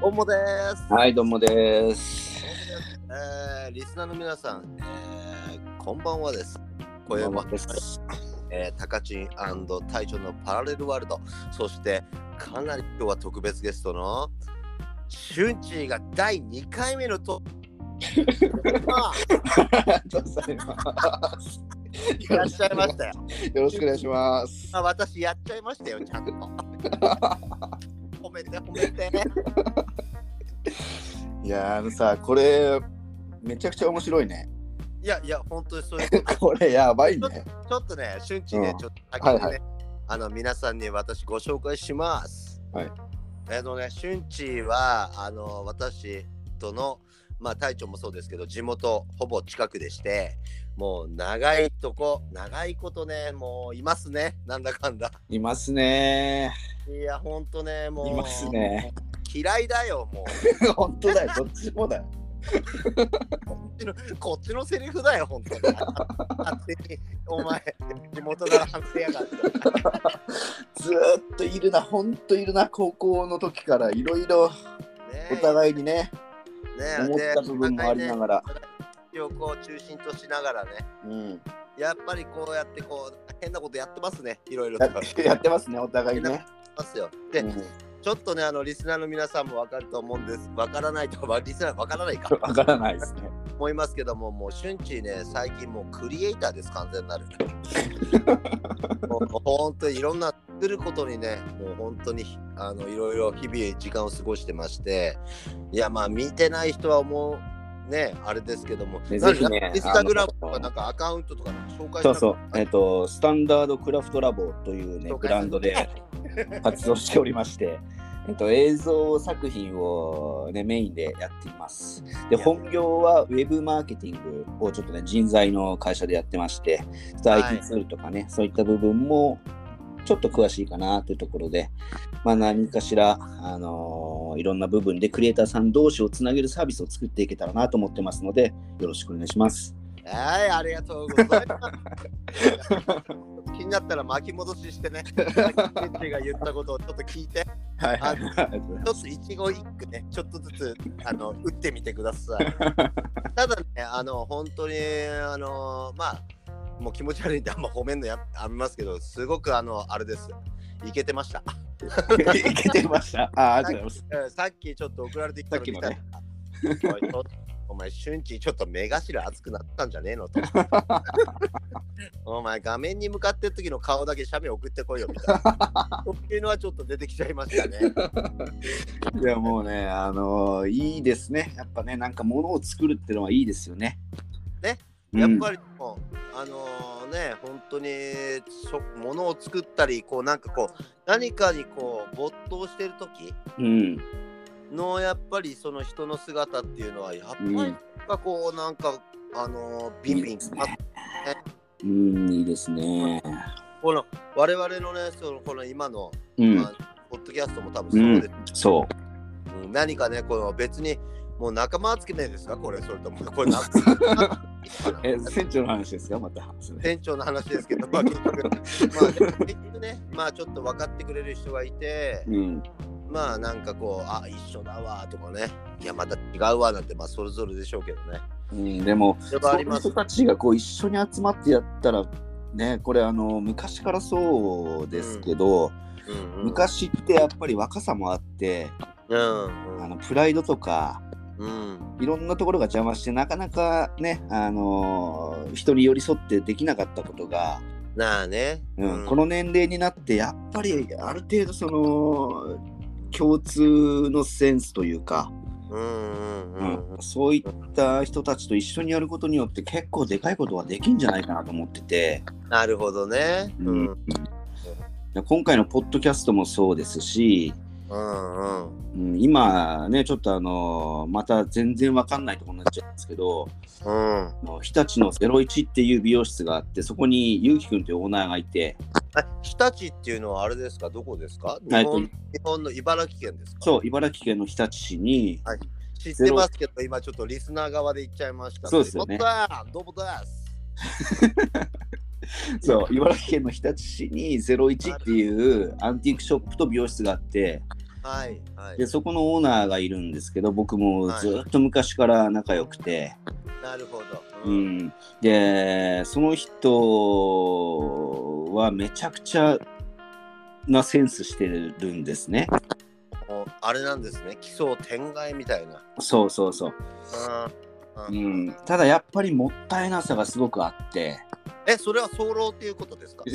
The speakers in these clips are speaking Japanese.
どうもです。はい、どうもです。えー、リスナーの皆さん、えー、こんばんはです。今夜は、です。えー、タカチン隊長のパラレルワールド、そしてかなり今日は特別ゲストのシュンチーが第2回目の と。あ いらっしゃいましたよ。よろしくお願いします。あ私やっちゃいましたよ、ちゃ んと。褒めて褒めて。いやー、あのさ、これ、めちゃくちゃ面白いね。いやいや、本当にそういう。これ、やばいね。ちょっとね、瞬時ね、うんちょっと先にね、はいはあの皆さんに私ご紹介します。はい。あのね、瞬時はあの私とのまあ隊長もそうですけど、地元ほぼ近くでして、もう長いとこ長いことね、もういますね、なんだかんだ。いますねいや、ほんとね、もういますね。嫌いだよ、も 本当だよ、どっちもだよ。う。こっちのセリフだよ、ほんとに。勝手にお前地元から外れやが って。ずーっといるな、ほんといるな、高校の時からいろいろねお互いにね、ね思った部分もありながら。をこう中心としながらね、うん、やっぱりこうやってこう変なことやってますね、いろいろとやってやってますね、お互いね。ますよ。で、うんちょっとね、あのリスナーの皆さんも分かると思うんです、分からないと、まあリスナー分からない かわからないですね。思いますけども、もう瞬時ね、最近もうクリエイターです、完全 なる。もう本当にいろんな作ることにね、もう本当にあのいろいろ日々時間を過ごしてまして、いや、まあ見てない人はもうね、あれですけども、ねなんぜひねかインスタグラムとあかのなんかアカウントとかなんか紹介しなそうそう、えっ、と、スタンダードクラフトラボというね、紹介ブするランドで活動しておりまして、えっと、映像作品を、ね、メインでやっています。で、本業はウェブマーケティングをちょっとね、人材の会社でやってまして、ちょっとはい IT ツールとかね、そういった部分もちょっと詳しいかなというところで、まあ、何かしら、あのーいろんな部分でクリエイターさん同士をつなげるサービスを作っていけたらなと思ってますので、よろしくお願いします。はい、ありがとうございます。 気になったら巻き戻ししてね、 ケッチが言ったことをちょっと聞いて、はいはいはい。 ちょっと一語一句ね、ちょっとずつあの打ってみてください。ただね、あの本当にあのまあもう気持ち悪いんであんま褒めんのやありますけど、すごくあのあれです。いけてました。いけてました。ああ、ありがとうございます。えーさっきちょっと送られてきたの見たらさおいちょっとお前、瞬時ちょっと目頭熱くなったんじゃねえのと。お前、画面に向かってる時の顔だけ写メ送ってこいよみたいな。っていうのはちょっと出てきちゃいましたね。いや、もうね、あのーいいですね。やっぱね、なんか物を作るってのはいいですよね。ね、ややっっぱぱり。りもう、あのね、本当にそものを作ったり、こうなんかこう、何かにこう没頭してる時うん。のやっぱりその人の姿っていうのは、やっぱりうんなんかこう、なんか、あのビンビいいンですねうん、いいですね。この我々のね、そのこの今の、うんま。あ、ポッドキャストも多分うそうんです、。そうん何かね、この別にもう仲間集めですか、これ、それとも、 これ仲間う。え、船長の話ですかまた。店長の話ですけ ど、まあ、結局、まあ、でも結局ね、まあ、ちょっと分かってくれる人がいて、うん。まあ、なんかこう、あ、一緒だわとかね、いや、また違うわなんて、まあ、それぞれでしょうけどね。うん、でも、それはそあういりうます人たちがこう一緒に集まってやったら、ね、これあの昔からそうですけど、うんうん、昔ってやっぱり若さもあってうん、あのプライドとかうん、うん、いろんなところが邪魔してなかなかね、あのー人に寄り添ってできなかったことが、なあね、うんこの年齢になってやっぱりある程度その共通のセンスというか、うん、うん、う、うんうんん、そういった人たちと一緒にやることによって結構でかいことはできんじゃないかなと思っててなるほどね。うん、うん、今回のポッドキャストもそうですし、うん。うん、今ねちょっとあのーまた全然わかんないところになっちゃうんですけどうん、あの日立の01っていう美容室があってそこにゆうきくんというオーナーがいてあ日立っていうのはあれですかどこですかえ日っと本日本の茨城県ですかそう茨城県の日立市に知ってますけど、今ちょっとリスナー側で言っちゃいました。そうですよねどうもだどうもです。そう茨城県の日立市に01っていうアンティークショップと美容室があってはいはいでそこのオーナーがいるんですけど僕もずっと昔から仲良くて、なるほど、う、ん、でその人はめちゃくちゃなセンスしてるんですねもうあれなんですね奇想天外みたいなそうそうそう、ううんん、ただやっぱりもったいなさがすごくあってえそれは早漏っていうこと ですかそ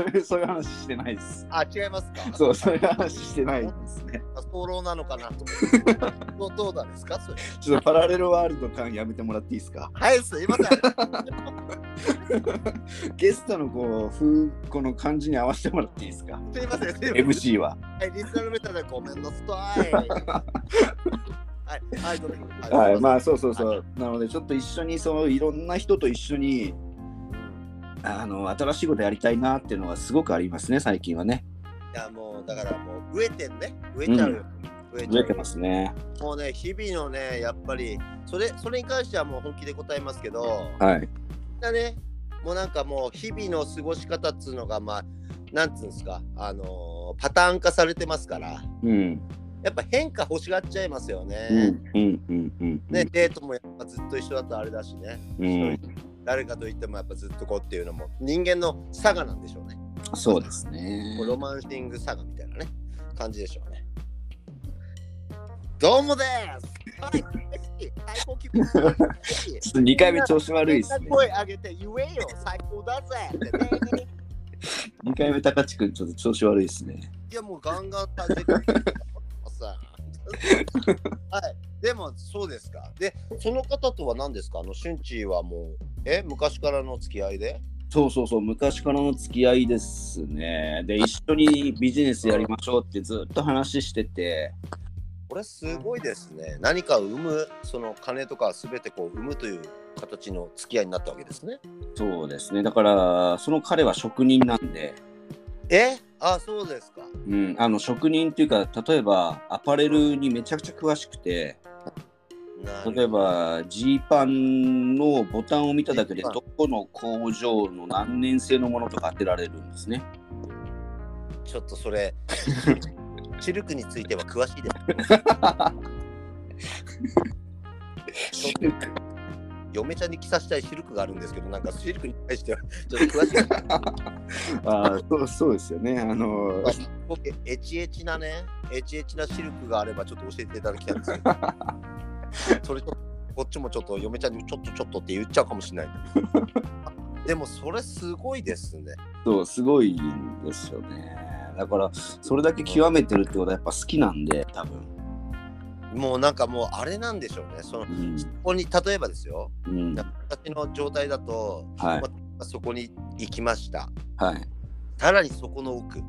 ういうそういう話してないですあ違いますかそうそういう話してないですねあ早漏なのかなと思ってどうどうなんですかそれちょっとパラレルワールド感やめてもらっていいですかはいすいませんゲストのこう風この感じに合わせてもらっていいです かすいませんすいません MC ははい、リスナーの皆さんごめんなさい。はい、はい、どうぞは、はいい、ままあそうそうそう。なのでちょっと一緒にそのいろんな人と一緒にあの新しいことやりたいなっていうのはすごくありますね最近はね。いや、もう、だから、もう、飢えてんね。飢えちゃうよ。飢えち増ゃえうてますね。もうね、日々のね、やっぱり、それ、それに関しては、もう本気で答えますけど。はい。みんなね、もう、なんか、もう、日々の過ごし方っつうのが、まあ。なんつうんですか、あのーパターン化されてますから。うんやっぱ変化欲しがっちゃいますよね。うんうんうんうん。ね、デートもやっぱずっと一緒だとあれだしね。うん。誰かと言ってもやっぱずっとこうっていうのも人間の差がなんでしょうね。そうですねこ。うロマンシング差がみたいなね感じでしょうね。どうもです。はい、嬉しい最高気分。嬉しいちょっと二回目調子悪いですみねんな。声上げて言えよ最高だぜ。ってね二回目高地君ちょっと調子悪いですね。いやもうガンガン立ててくるはい。でもそうですか。でその方とは何ですか。あのシュンチーはもうえ昔からの付き合いで。そうそうそう昔からの付き合いですね。で一緒にビジネスやりましょうってずっと話してて。これすごいですね。何かを生む、その金とかすべてこう生むという形の付き合いになったわけですね。そうですね。だからその彼は職人なんで。えあ、そうですか。うん、あの職人っていうか例えばアパレルにめちゃくちゃ詳しくてな例えるほどばジーパンのボタンを見ただけジでーパンどこの工場の何年製のものとか当てられるんですね。ちょっとそれ、シルクについては詳しいです。嫁ちゃんに着させたいシルクがあるんですけど、なんかシルクに対してはちょっと詳しい。 あそうそうですよね。あ の僕、エチエチなね、エチエチなシルクがあればちょっと教えていただきたいんですけど、それとこっちもちょっと嫁ちゃんにちょっとちょっとって言っちゃうかもしれな い。でもそれすごいですね。そうすごいんですよね。だからそれだけ極めてるってことはやっぱ好きなんで多分。もうなんかもうあれなんでしょうね。そのこうんこに例えばですよ、うん、私の状態だと、はいそこに行きました。はい。さらにそこの奥、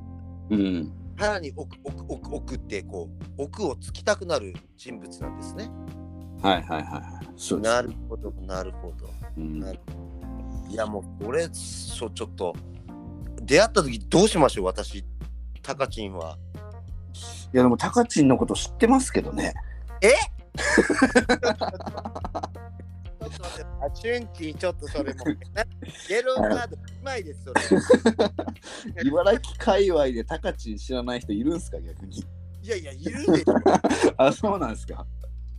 うんさらに奥、奥、奥、奥ってこう、奥をつきたくなる人物なんですね。はいはいはい。そうですなるほど、なるほど。うんなるいやもうこれ、そうちょっと、出会った時どうしましょう、私、タカチンは。いやでもタカチンのこと知ってますけどね。ちょっと待ってあチュンキー、ちょっとそれ も。イエローカード、うまいです、それ。茨城界隈でタカチン知らない人いるんすか逆に。いやいや、いるでしょ。あ、そうなんですか。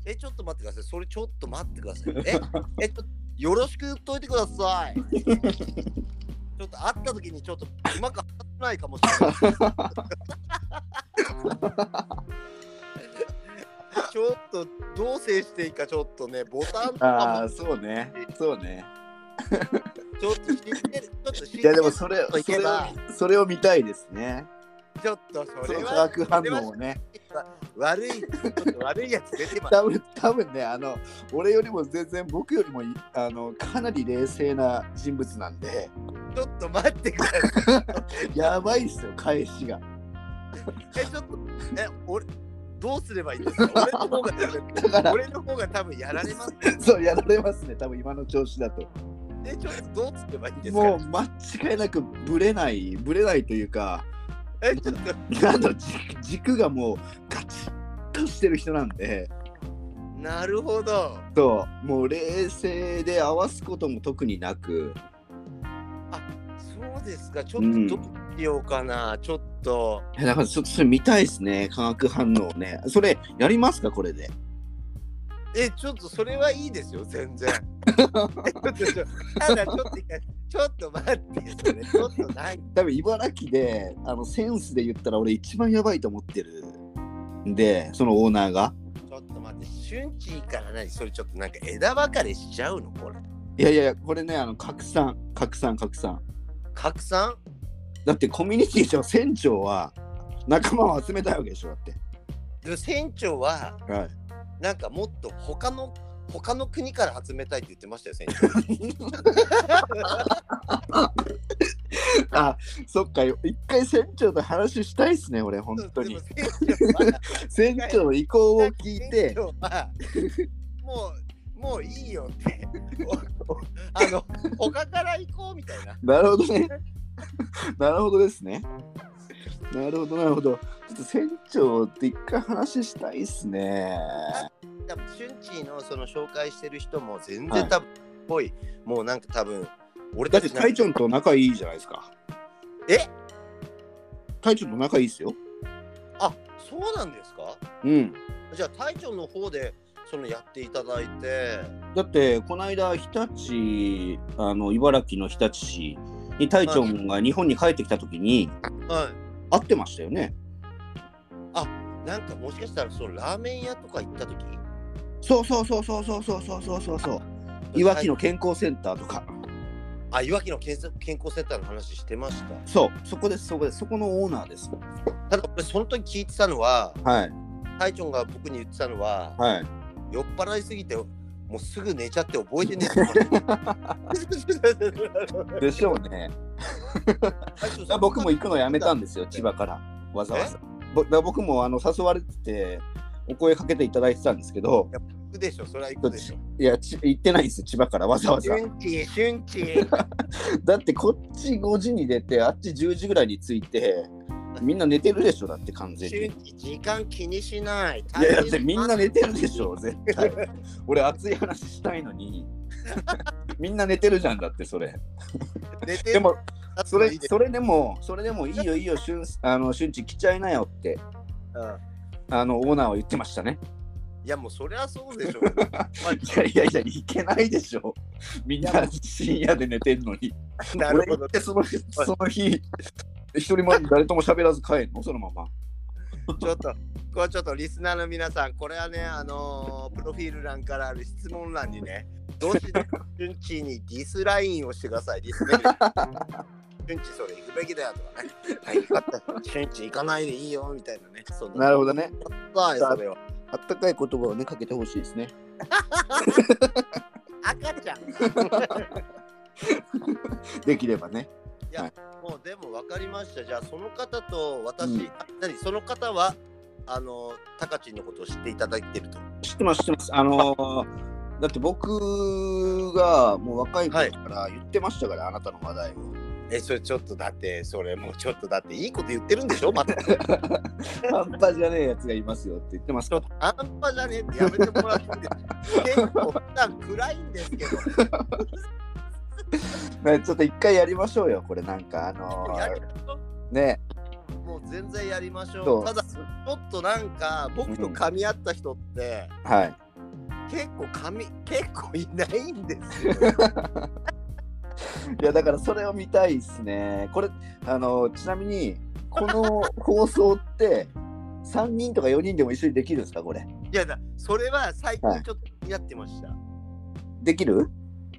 え、ちょっと待ってください。それちょっと待ってください。え、え、ちょよろしく言っといてください。ちょっと会った時にちょっとうまく話せないかもしれない。 ちょっとどう接していいかちょっとね、ボタンとあかあ、そうね。そうね。もちょっと知ってる。ちょっと知ってる。いやでもそれちょっとそ行れけをばそれを見たいですね。ちょっとそそれの化は学反応をね。悪い、ちょっと悪いやつ出てます。多分多分ねあの俺よりも全然僕よりもいあのかなり冷静な人物なんでちょっと待ってください。やばいですよ返しが。 え、ちょっと、え、俺、どうすればいいんですか俺の方が多だから分、俺の方が多分やられます。そうやられますね多分今の調子だと。え、ちょっとどうすればいいんですもかう間違いなくブレないブレないというか。え、ちょっと、なんだろう軸軸がもうガチッとしてる人なんでなるほど。そうもう冷静で合わすことも特になくそうですですかちょっとどうしようかな、ちょっといやだからちょっとそれ見たいですね、化学反応ね。それ、やりますか、これで。えちょっとそれはいいですよ全然えちょっとちょただちょっといやちょっと待ってそれちょっとない多分茨城で、あのセンスで言ったら、俺、一番やばいと思ってるんで、そのオーナーが。ちょっと待って瞬時から何それちょっとなんか枝分かれしちゃうのこれいやいやいや、これね、あの拡散、拡散、拡散。拡散だって、コミュニティの船長は、仲間を集めたいわけでしょ、だって。でも船長ははいなんかもっと他の他の国から集めたいって言ってましたよ船長あそっか一回船長と話したいっすね俺本当でにも船長は船長の意向を聞い店て長はもうもういいよって おおあの他から行こうみたいななるほどね なるほどですねなるほどなるほどちょっと船長って一回話したいっすね多分シュンチーのその紹介してる人も全はい然多分っぽい、もうなんか多分俺だたってち隊長と仲いいじゃないですかえ隊長と仲いいっすよあそうなんですかうんじゃあ隊長の方でそのやっていただいてだってこの間日立あの茨城の日立市に隊長が日本に帰ってきた時には会ってましたよねいなんかもしかしたらそのラーメン屋とか行った時そうそうそうそうそうそうそうそうそうそういわきの健康センターとか、あいわきの健康健康センターの話してましたそう、そこです、そこです、そこのオーナーです。ただ俺その時聞いてたのははい、隊長が僕に言ってたのははい。酔っ払いすぎてもうすぐ寝ちゃって覚えてねえでしょうね。隊長いやさん 僕も行くのやめたんですよ、千葉から、わざわざ。ぼだ僕もあの誘われてて、お声かけていただいてたんですけど、行くでしょそれは行くでしょいや、ち行ってないんですよ、千葉から、わざわざ。春季春季だって、こっち5時に出て、あっち10時ぐらいに着いて、みんな寝てるでしょ、だって完全に。春季時間気にしないいやだってみんな寝てるでしょ、絶 対。俺、熱い話したいのに。みんな寝てるじゃんだって、それ。寝てでも、それいいですそれでも、それでもいいよいいよ、しゅんあのしゅんち来ちゃいなよって、うんあのオーナーは言ってましたね。いやもうそりゃそうでしょ いやいやいや、行けないでしょ。みんな深夜で寝てんのに。 なるほ俺行どってその日、その日、一人も誰とも喋らず帰んの、そのまま。ちょっとこれちょっとリスナーの皆さんこれはねあのープロフィール欄からある質問欄にねどうし春季にディスラインをしてくださいディスメール春季それ行くべきだよとかねはい分かった春季行かないでいいよみたいなねそんなるほどね。さあそれはあったかい言葉をね、かけてほしいですね。赤ちゃん できればね。もうでも分かりました。じゃあその方と私、うんあ何その方はあのタカチンのことを知っていただいてると。知ってます、知ってます。あのーだって僕がもう若い頃から言ってましたから、あなたの話題を。えそれちょっとだってそれもうちょっとだっていいこと言ってるんでしょ。また半端じゃねえやつがいますよって言ってますから。あんぱじゃねえってやめてもらっていいです か。結構普段暗いんですけど。ねちょっと一回やりましょうよ、これなんか、あのやりー、ましょね、うもう全然やりましょそうう。ただちょっとなんか僕と噛み合った人って、はい。結構噛み結構いないんですよ。いや、だからそれを見たいですね。これ、あのーちなみに、こ の放送って、3人とか4人でも一緒にできるんですか、これ。いやだそれは最は近いちょっとやってました。できる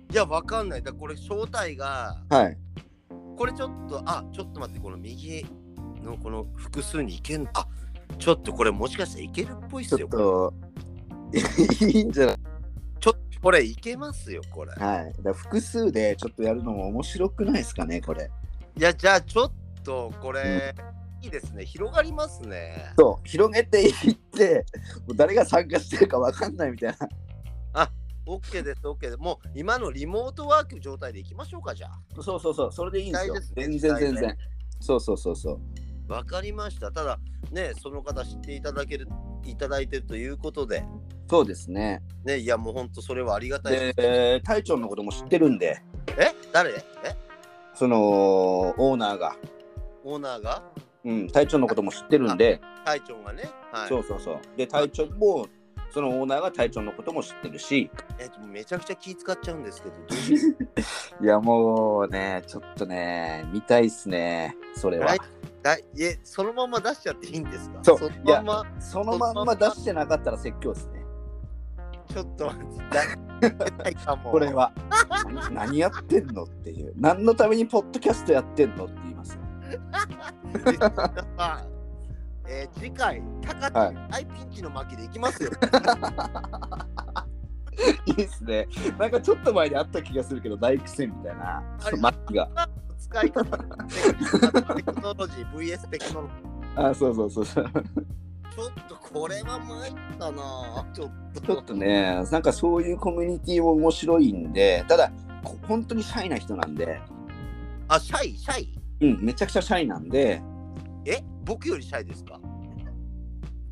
いや、わかんない。だこれ、正体が、はい。これちょっと、あ、ちょっと待って、この右のこの複数にいけん、あ、ちょっとこれもしかしていけるっぽいっちすょよ。っこれと、いいんじゃないちょっとこれいけますよ、これ。はい。だから複数でちょっとやるのも面白くないですかね、これ。いや、じゃあちょっと、これ、いいですね。広がりますね。そう、広げていって、もう誰が参加してるか分かんないみたいな。 OK です、OK です。もう、今のリモートワーク状態でいきましょうか、じゃあ。そうそうそう、それでいいんですよ。期待全ですね然全期待然。そうそうそうそう。わかりました。ただ、ね、その方知っていただける、いただいてるということで、そうですね。ね、いや、もう本当それはありがたいです。で、隊長のことも知ってるんで、え誰えそのオーナーが、オーナーがうん、隊長のことも知ってるんで、隊長がね、はい、そうそうそう。で、隊長も、そのオーナーが隊長のことも知ってるし、えっとめちゃくちゃ気使っちゃうんですけど、どういや、もうね、ちょっとね、見たいっすね、それは来。だいえそのまま出しちゃっていいんですかそのうままそのまんま出してなかったら説教ですね、ちょっと待ってだないかも これは。何何やってんのっていう、何のためにポッドキャストやってんのって言いますよ。リスナーえー次回高はい田大ピンチの巻でいきます よ、いいっすね。なんかちょっと前にあった気がするけど、大苦戦みたいなあれ、マッキが。使い方テクノロジー VS テクノロジーあ、そうそうそうそう。ちょっとこれは参ったなぁちょっとちょっとね、なんかそういうコミュニティも面白いんで、ただ、こ本当にシャイな人なんで、あシャイシャイうん、めちゃくちゃシャイなんで、え僕よりシャイですか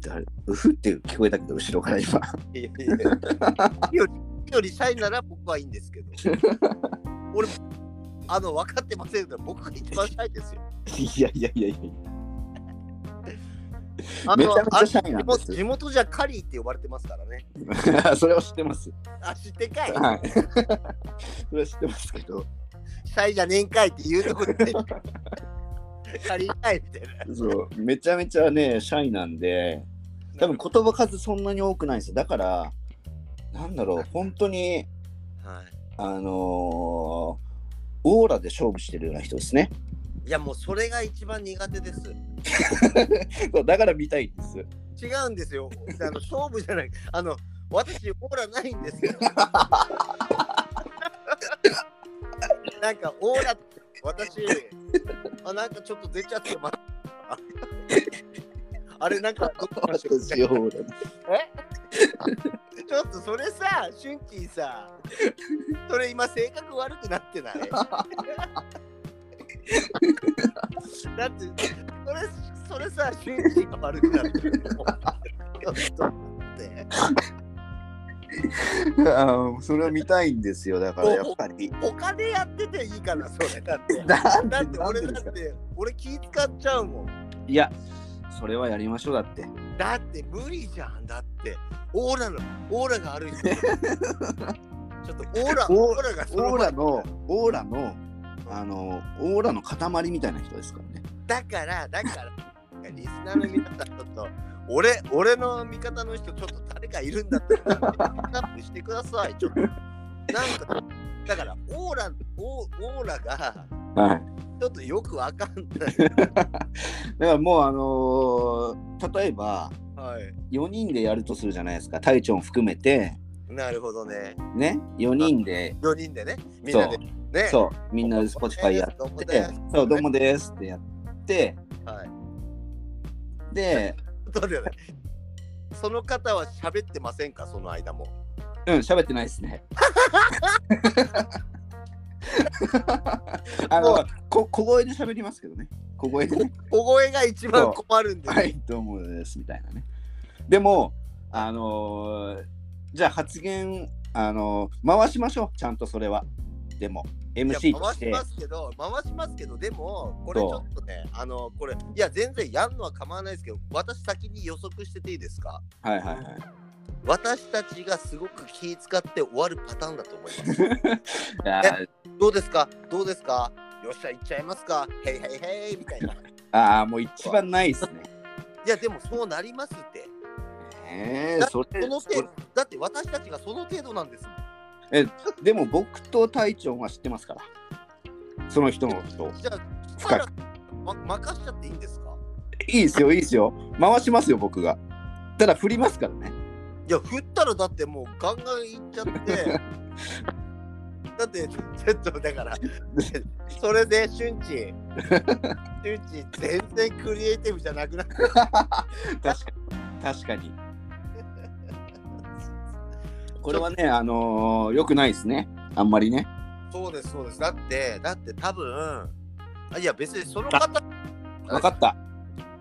誰うふって聞こえたけど、後ろから今。いやいや僕より僕よりシャイなら僕はいいんですけど俺あの分かってませんけど僕が一番シャイですよいやいやいやいやあのめちゃめちゃシャイな地んで元す地元じゃカリーって呼ばれてますからね それは知ってます。あ知ってかいはい。 それは知ってますけど。シャイじゃねえんかいって言うと こでカリーかいみたいなそう、めちゃめちゃね、シャイなんで、多分言葉数そんなに多くないんですよ。だから、なんだろう、本当に、はあのーオーラで勝負してるような人ですね。い、いやもうそれが一番苦手ですそうだから見たいん です。違うんですよあの勝負じゃないあの私オーラないん ですよなんかオーラって私あなんかちょっと出ちゃってますああれなんかどこかし私オーラちょっとそれさ、シュンキーさ、それ今性格悪くなって ないだって、それそれさ、シュンキーが悪くなってる。ちょっと待ってあーそれは見たいんですよだからやっぱり他でやってていいかな、それだって。なんだって俺なんでだですかって、俺気使っちゃうもん。いやそれはやりましょうだってだって無理じゃん、だって。オーラの、オーラがあ る人。ちょっとオーラ、オーオーラがそのオーラのオーラのあのオーラの塊みたいな人ですからねだから、だから、リスナーの皆さん、ちょっと、俺、俺の味方の人、ちょっと誰かいるんだったら、ピックアップしてください、ちょっと。なんか、だから、オーラ、オーオーラが、はいちょっとよくわかんない。だからもうあのー例えばはい。 4人でやるとするじゃないですか隊長も含めてなるほどね。ね4人で4人でね、みんなで、ね。そうみんなで Spotify やどうもっでてす「そうどうもです」ってやってはい。でそうだよね。その方は喋ってませんか、その間も。うん、喋ってないで すね。あの、こ小声で喋りますけどね。小声で、ね、小声が一番困るんですよ。はい、どうもですみたいなね。でも、あのーじゃあ発言、あのー回しましょう、ちゃんとそれは。でも、い MC やと回ししてま。すけど、回しますけど、でも、これちそうょっとね、あの、これ、いや、全然やるのは構わないですけど、私先に予測してていいですかはいはいはい。私たちがすごく気使って終わるパターンだと思います。 いやどうですかどうですかよっしゃ、行っちゃいますかへいへいへいみたいな。いああ、もう一番ないですね。や、でもそうなりますって。えだー、それそのそれ程度、だって私たちがその程度なんですもん。でも僕と隊長は知ってますから。その人のことを。じゃあ、深い力、ま、任しちゃっていいんですかいいですよ、いいですよ。回しますよ、僕が。ただ振りますから ね。いや、振ったらだってもうガンガンいっちゃっ て。だって、ちょっとだから、それで、シュンチ、シュンチ、全然クリエイティブじゃなくなった。確かに。確かに。これはね、あのー、よくないですね。あんまりね。そうです、そうです。だって、だって多分、あいや、別にその方、わかった。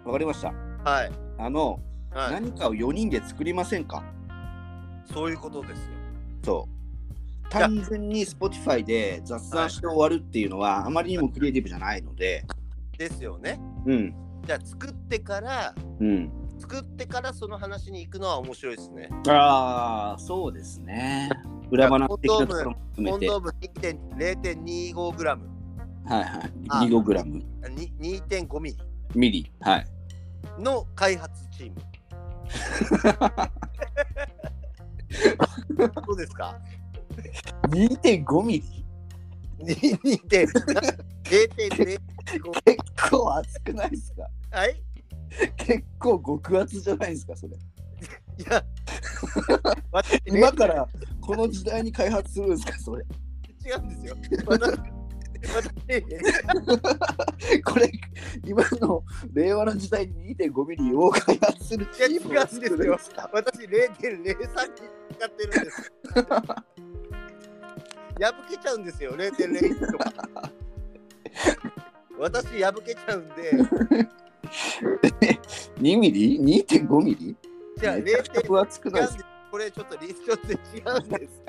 わかりました。はい、あの、はい、何かを4人で作りませんかそういうことですよ。そう。単純に Spotify で雑談して終わるっていうのはあまりにもクリエイティブじゃないので、ですよね。うん、じゃあ作ってからうん。作ってからその話に行くのは面白いですね。ああ、そうですね。裏話的なところも含コめンて、はドいーム0.25グラム、はあい、25g に2.5ミリミリ、はい。の開発チーム。どうですか2.5ミリ2 2 0.0.5結構厚くないですかはい結構極厚じゃないですかそれ。いや私今からこの時代に開発するんですかそれ。違うんですよ。私私これ、今の令和の時代に2.5ミリを開発するチームを作るんですか私0.03に使ってるんです。破けちゃうんですよ、0.01とか。私、破けちゃうんで、 2ミリ ?2.5 ミリじゃあめちゃくちゃ0.5分厚くないですかこれちょっとリストで違うんです。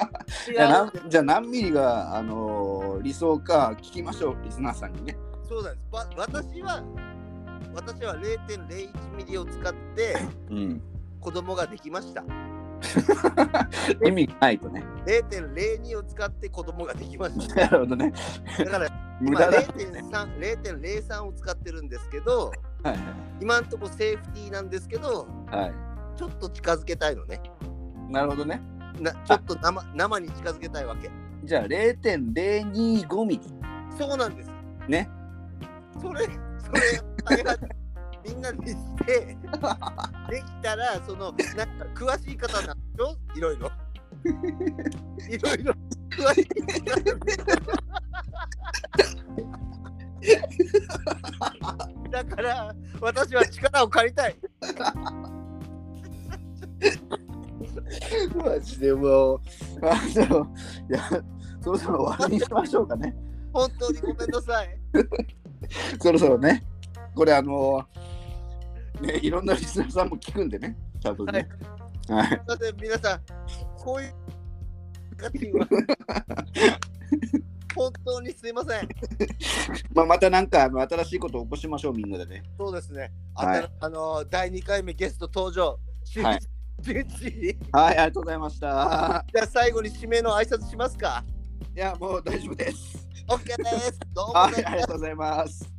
違 いやうなんです。んじゃあ何ミリが、あのー理想か聞きましょうリスナーさんにね。そうなんです。ば私は、私は0.01ミリを使ってうん、子供ができました。意味がないとね。 0.02を使って子供ができました。なるほどね。だから無今駄だ。 0.3 0.03を使ってるんですけどはい今んとこセーフティーなんですけどはいはちょっと近づけたいのねい。なるほどね。なちょっと生生に近づけたいわけじゃあ0.025ミリ。そうなんですねそれそれ開発みんなでしてできたらそのなんか詳しい方なんでしょいろいろいろいろ詳しい方なんでしょだから私は力を借りたいマジでもう。 あのいやそろそろ終わりにしましょうかね。本当にごめんなさい。そろそろね。これあのーね、いろんなリスナーさんも聞くんでね。多分ね。はい。なので皆さん、こういう形は本当にすいません。まあ、またなんかあの新しいことを起こしましょうみんなでね。そうですね。あはいたあの第2回目ゲスト登場。しゅはいしゅんいち、じはい、ありがとうございました。ゃあ最後に締めの挨拶しますか。いや、もう大丈夫です。 OK です。どうもはですい、ありがとうございます。